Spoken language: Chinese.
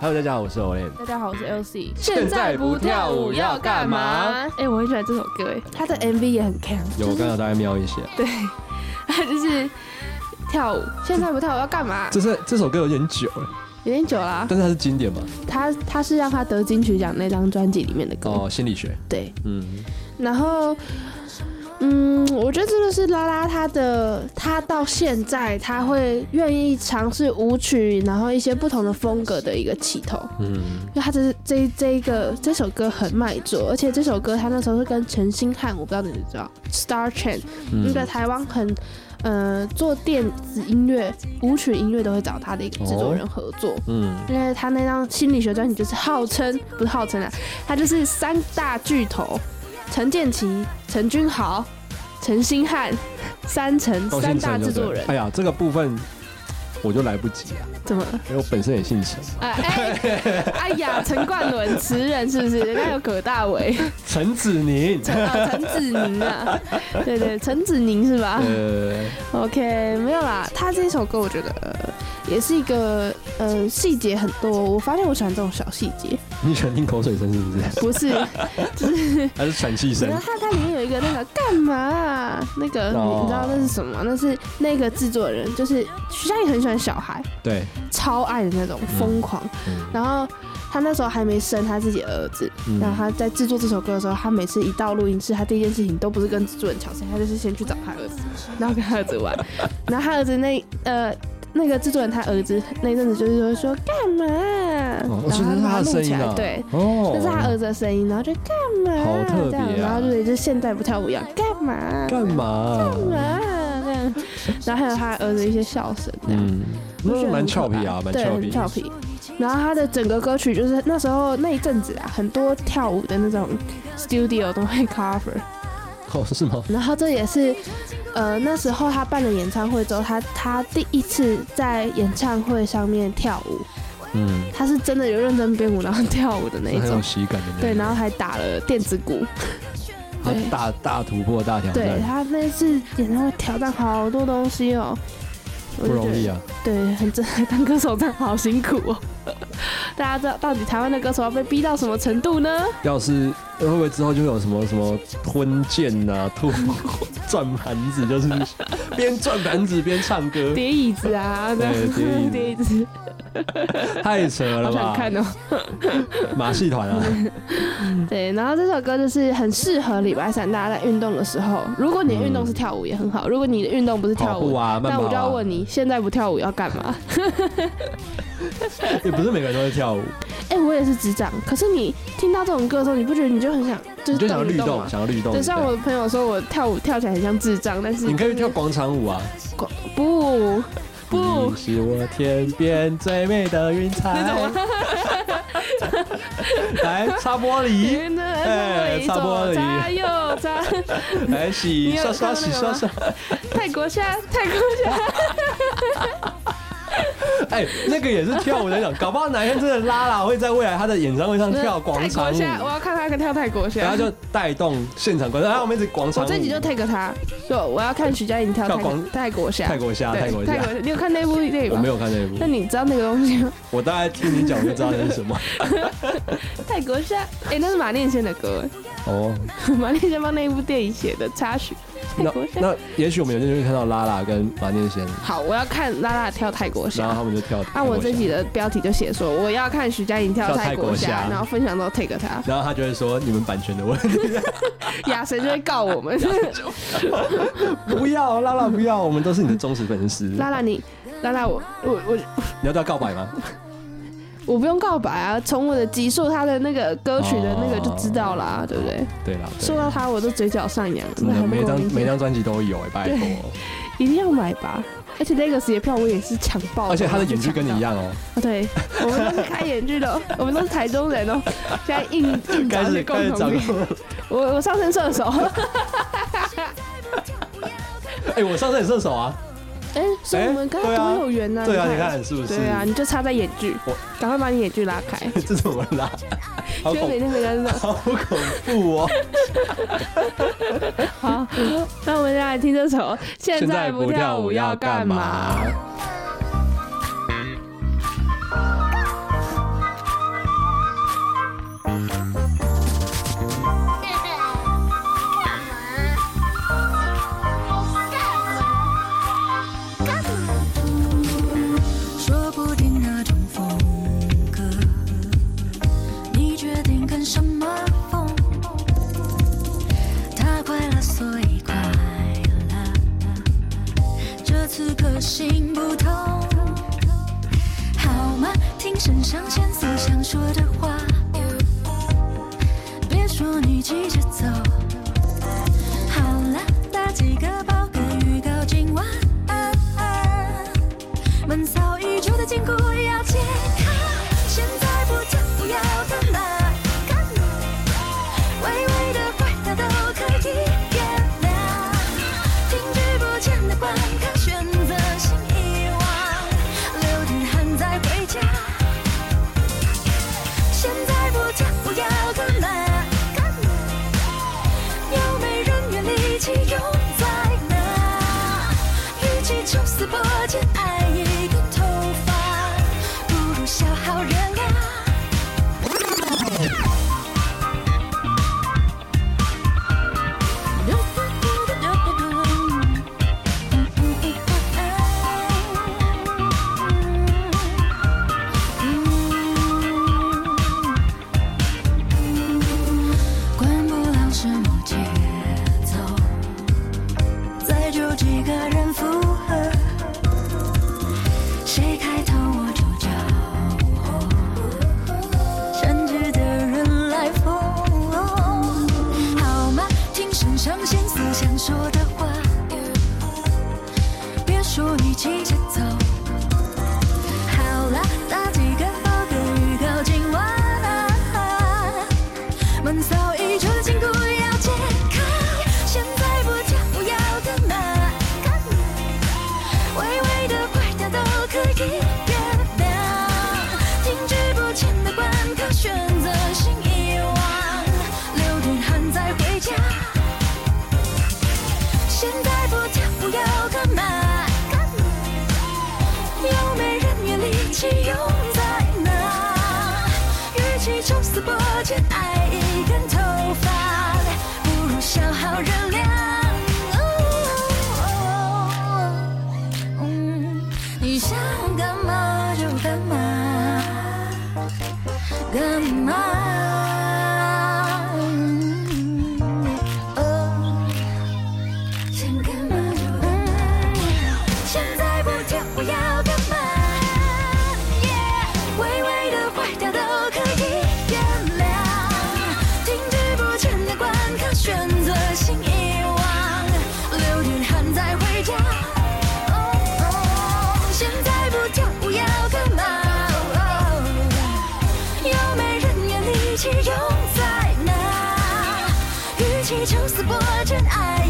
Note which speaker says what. Speaker 1: Hello，大家好，我是 Olen。
Speaker 2: 大家好，我是 LC。
Speaker 1: 现在不跳舞要干嘛？
Speaker 2: 哎、我很喜欢这首歌，哎，他的 MV 也很强，
Speaker 1: 有，我刚刚有大概瞄一下，
Speaker 2: 他就是跳舞。现在不跳舞要干嘛？
Speaker 1: 这是这首歌有点久了，
Speaker 2: 有点久了啊、
Speaker 1: 但是它是经典嘛。
Speaker 2: 他他是让他得金曲奖那张专辑里面的歌，
Speaker 1: 哦，心理学，
Speaker 2: 对。
Speaker 1: 嗯，
Speaker 2: 然后，嗯，我觉得这就是拉拉他的，他到现在他会愿意尝试舞曲，然后一些不同的风格的一个起头。
Speaker 1: 嗯，
Speaker 2: 因为他这这这一个这首歌很卖座，而且这首歌他那时候是跟陈星汉，我不知道你知不知道，Star Chain 一个
Speaker 1: 嗯，
Speaker 2: 台湾很呃做电子音乐、舞曲音乐都会找他的一个制作人合作。
Speaker 1: 嗯，
Speaker 2: 因为他那张心理学专辑就是号称不是号称啊，他就是三大巨头：陈建奇、陈君豪、陈星汉三成
Speaker 1: 高
Speaker 2: 三
Speaker 1: 先
Speaker 2: 大
Speaker 1: 生就
Speaker 2: 制作
Speaker 1: 对
Speaker 2: 人。
Speaker 1: 哎呀，这个部分我就来不及啊，
Speaker 2: 怎么了？
Speaker 1: 因为我本身也姓陈，
Speaker 2: 哎、哎哎呀，陈冠伦词人是不是？人家有葛大为。
Speaker 1: 陈子宁。
Speaker 2: 陈哦陈子宁啊， 对对，陈子宁是吧
Speaker 1: 呃，
Speaker 2: ？OK，没有啦，他这首歌我觉得、呃也是一个呃细节很多，我发现我喜欢这种小细节，
Speaker 1: 你喜欢听口水声是不 是？
Speaker 2: 不是，
Speaker 1: 还是喘气
Speaker 2: 你
Speaker 1: 声
Speaker 2: 知道？它它里面有一个那个干嘛、啊、那个，
Speaker 1: 哦
Speaker 2: 你知道那是什么？那是那个制作人，就是徐佳莹很喜欢小孩，
Speaker 1: 对，
Speaker 2: 超爱的那种疯狂，
Speaker 1: 嗯
Speaker 2: 然后。他那时候还没生他自己儿子，然后
Speaker 1: 嗯，
Speaker 2: 他在制作这首歌的时候，他每次一到录音室，他第一件事情都不是跟制作人乔声，他就是先去找他儿子，然后跟他儿子 玩，然后他儿子那呃那个制作人他儿子那阵子就是说说干嘛，
Speaker 1: 哦
Speaker 2: 然后
Speaker 1: 所以这
Speaker 2: 把
Speaker 1: 是他的
Speaker 2: 他弄
Speaker 1: 声
Speaker 2: 起
Speaker 1: 音
Speaker 2: 来，
Speaker 1: 啊
Speaker 2: 对。
Speaker 1: 哦，
Speaker 2: 那是他儿子的声音，然后就干嘛？
Speaker 1: 好特别啊
Speaker 2: 这样然后就是就现在不跳舞一样，干嘛？
Speaker 1: 干嘛？
Speaker 2: 干嘛？这样，然后还有他儿子一些笑声，这样。
Speaker 1: 嗯，
Speaker 2: 我觉得
Speaker 1: 那
Speaker 2: 很
Speaker 1: 蛮
Speaker 2: 可
Speaker 1: 俏皮啊，
Speaker 2: 爱
Speaker 1: 蛮
Speaker 2: 对
Speaker 1: 俏
Speaker 2: 很
Speaker 1: 皮。
Speaker 2: 俏皮。然后他的整个歌曲就是那时候那一阵子啊，很多跳舞的那种 studio 都会 cover。
Speaker 1: 哦，是吗？
Speaker 2: 然后这也是，呃，那时候他办了演唱会之后，他他第一次在演唱会上面跳舞，
Speaker 1: 嗯，
Speaker 2: 他是真的有认真编舞然后跳舞的那一
Speaker 1: 很有
Speaker 2: 种。
Speaker 1: 喜感的那种。
Speaker 2: 对，然后还打了电子鼓。
Speaker 1: 他
Speaker 2: 对
Speaker 1: 大大突破大挑
Speaker 2: 对
Speaker 1: 战，
Speaker 2: 他那次演唱会挑战好多东西哦，我
Speaker 1: 不
Speaker 2: 就
Speaker 1: 容
Speaker 2: 觉得
Speaker 1: 易啊。
Speaker 2: 对，很真，当歌手真的好辛苦哦。 大家知道到底台湾的歌手要被逼到什么程度 呢？
Speaker 1: 要是呃会不会之后就有什么什么婚剑呐、吐 转盘子，就是边转盘子边唱歌，
Speaker 2: 叠椅子啊，这样
Speaker 1: 对叠椅子
Speaker 2: 叠椅子，
Speaker 1: 太扯了
Speaker 2: 好想
Speaker 1: 吧！
Speaker 2: 看哦。
Speaker 1: 马戏团啊，
Speaker 2: 对，然后这首歌就是很适合礼拜三大家在运动的时候。如果你的运动是跳舞也很好，如果你的运动不是 跳
Speaker 1: 嗯跑步
Speaker 2: 舞，
Speaker 1: 啊，慢
Speaker 2: 那
Speaker 1: 跑
Speaker 2: 我就要
Speaker 1: 啊，
Speaker 2: 问你，现在不跳舞要干嘛？
Speaker 1: 也不是每个人都会跳舞，
Speaker 2: 哎、我也是智障，可是你听到这种歌的时候，你不觉得你就很想就
Speaker 1: 你
Speaker 2: 是
Speaker 1: 就想要
Speaker 2: 动
Speaker 1: 律
Speaker 2: 一动
Speaker 1: 动，啊
Speaker 2: 吗？
Speaker 1: 想要律动。
Speaker 2: 对，虽然
Speaker 1: 对
Speaker 2: 我朋友说我跳舞跳起来很像智障，但是
Speaker 1: 你可以跳广场舞啊，
Speaker 2: 不不啊
Speaker 1: 你是我天边最美的云 彩，来擦玻璃，
Speaker 2: 真的
Speaker 1: 哎
Speaker 2: 是
Speaker 1: 差不多
Speaker 2: 左
Speaker 1: 而已
Speaker 2: 扎右扎，
Speaker 1: 来 洗
Speaker 2: 你有
Speaker 1: 刷刷
Speaker 2: 看到
Speaker 1: 洗
Speaker 2: 那个
Speaker 1: 刷
Speaker 2: 吗
Speaker 1: 刷。
Speaker 2: 泰国虾，泰国虾，
Speaker 1: 哎、那个也是跳舞的那种，搞不好哪天真的拉拉会在未来他的演唱会上跳广
Speaker 2: 泰
Speaker 1: 场
Speaker 2: 国
Speaker 1: 舞，
Speaker 2: 虾，我要看他跳泰国
Speaker 1: 然
Speaker 2: 虾
Speaker 1: 后。就带动现场观众，然后我们一直广场
Speaker 2: 我
Speaker 1: 舞。
Speaker 2: 这集就 tag 他，就我要看徐佳莹跳泰
Speaker 1: 跳广
Speaker 2: 泰国虾，
Speaker 1: 泰国虾，
Speaker 2: 对
Speaker 1: 泰国
Speaker 2: 泰
Speaker 1: 虾
Speaker 2: 国，虾。你有看那部电影
Speaker 1: 我
Speaker 2: 吗
Speaker 1: 没？有看那一部
Speaker 2: 那，你知道那个东西吗？
Speaker 1: 我大概听你讲我就知道那 是什么。
Speaker 2: 泰国虾，哎，那是马念先的歌，
Speaker 1: 哦，
Speaker 2: 马念先帮那一部电影写的插曲。泰
Speaker 1: 那
Speaker 2: 国虾，
Speaker 1: 那也许我们有天就会看到拉拉跟马念先，
Speaker 2: 好，我要看拉拉跳泰国
Speaker 1: 然
Speaker 2: 虾。
Speaker 1: 后他们就跳。
Speaker 2: 按啊我这集的标题就写说，我要看徐佳莹跳
Speaker 1: 跳
Speaker 2: 泰
Speaker 1: 泰
Speaker 2: 国
Speaker 1: 国
Speaker 2: 虾，
Speaker 1: 虾
Speaker 2: 然后分享都 tag 他。
Speaker 1: 然后他就会说你们版权的问题，
Speaker 2: 雅谁就会告我们。
Speaker 1: 不要拉拉不要，我们都是你的忠实粉丝。
Speaker 2: 拉拉你，拉拉我，我我
Speaker 1: 你要不要告白吗？
Speaker 2: 我不用告白啊，从我的集数他的那个歌曲的那个就知道啦、啊对不对？
Speaker 1: 对啦，对
Speaker 2: 说到他我都嘴角上扬，
Speaker 1: 哦真的
Speaker 2: 很
Speaker 1: 每
Speaker 2: 不
Speaker 1: 张
Speaker 2: 容易
Speaker 1: 每张专辑都有哎，拜托。
Speaker 2: 一定要买吧。而且 Legacy 的票我也是抢爆，
Speaker 1: 而且他的演技跟你一
Speaker 2: 样。
Speaker 1: 样哦，
Speaker 2: 啊对，我们都是开演剧 的哦，我们都是台中人哦。现在硬硬 找一些共同点。我我上升射手，
Speaker 1: 哎、我上次也射手啊，
Speaker 2: 哎，所以我们跟他
Speaker 1: 对啊
Speaker 2: 多有缘呢。
Speaker 1: 对啊，你，看是不是？
Speaker 2: 嗯对 啊，你就差在演剧
Speaker 1: 我，
Speaker 2: 赶快把你演剧拉开，
Speaker 1: 这怎么 啦？好
Speaker 2: 就
Speaker 1: 恐
Speaker 2: 每天回家就这样。
Speaker 1: 好恐怖哦！
Speaker 2: 好，那我们来听这首《 现在不跳舞要干嘛》。
Speaker 3: 嗯说的话，别说一起节奏。好了，打几个 f 雨靠近我了，闷骚一出的禁锢要解开，现在不跳不要干嘛？微微的怪调都可以变调，停滞不前的关卡选择性遗忘，流点汗再回家。现在不跳不要干嘛？干嘛？有没人愿力气用在哪？与其抽丝剥茧爱一根头发，不如消耗热量。嗯，你想干嘛就干嘛，干嘛？嗯哦想干嘛就干嘛，现在不跳我要干嘛？微微的坏掉都可以原谅，停滞不前的关卡选择性遗忘，流点汗再回家。哦，现在不跳我要干嘛？哦有没人愿力气用在哪？与其抽丝剥茧爱哦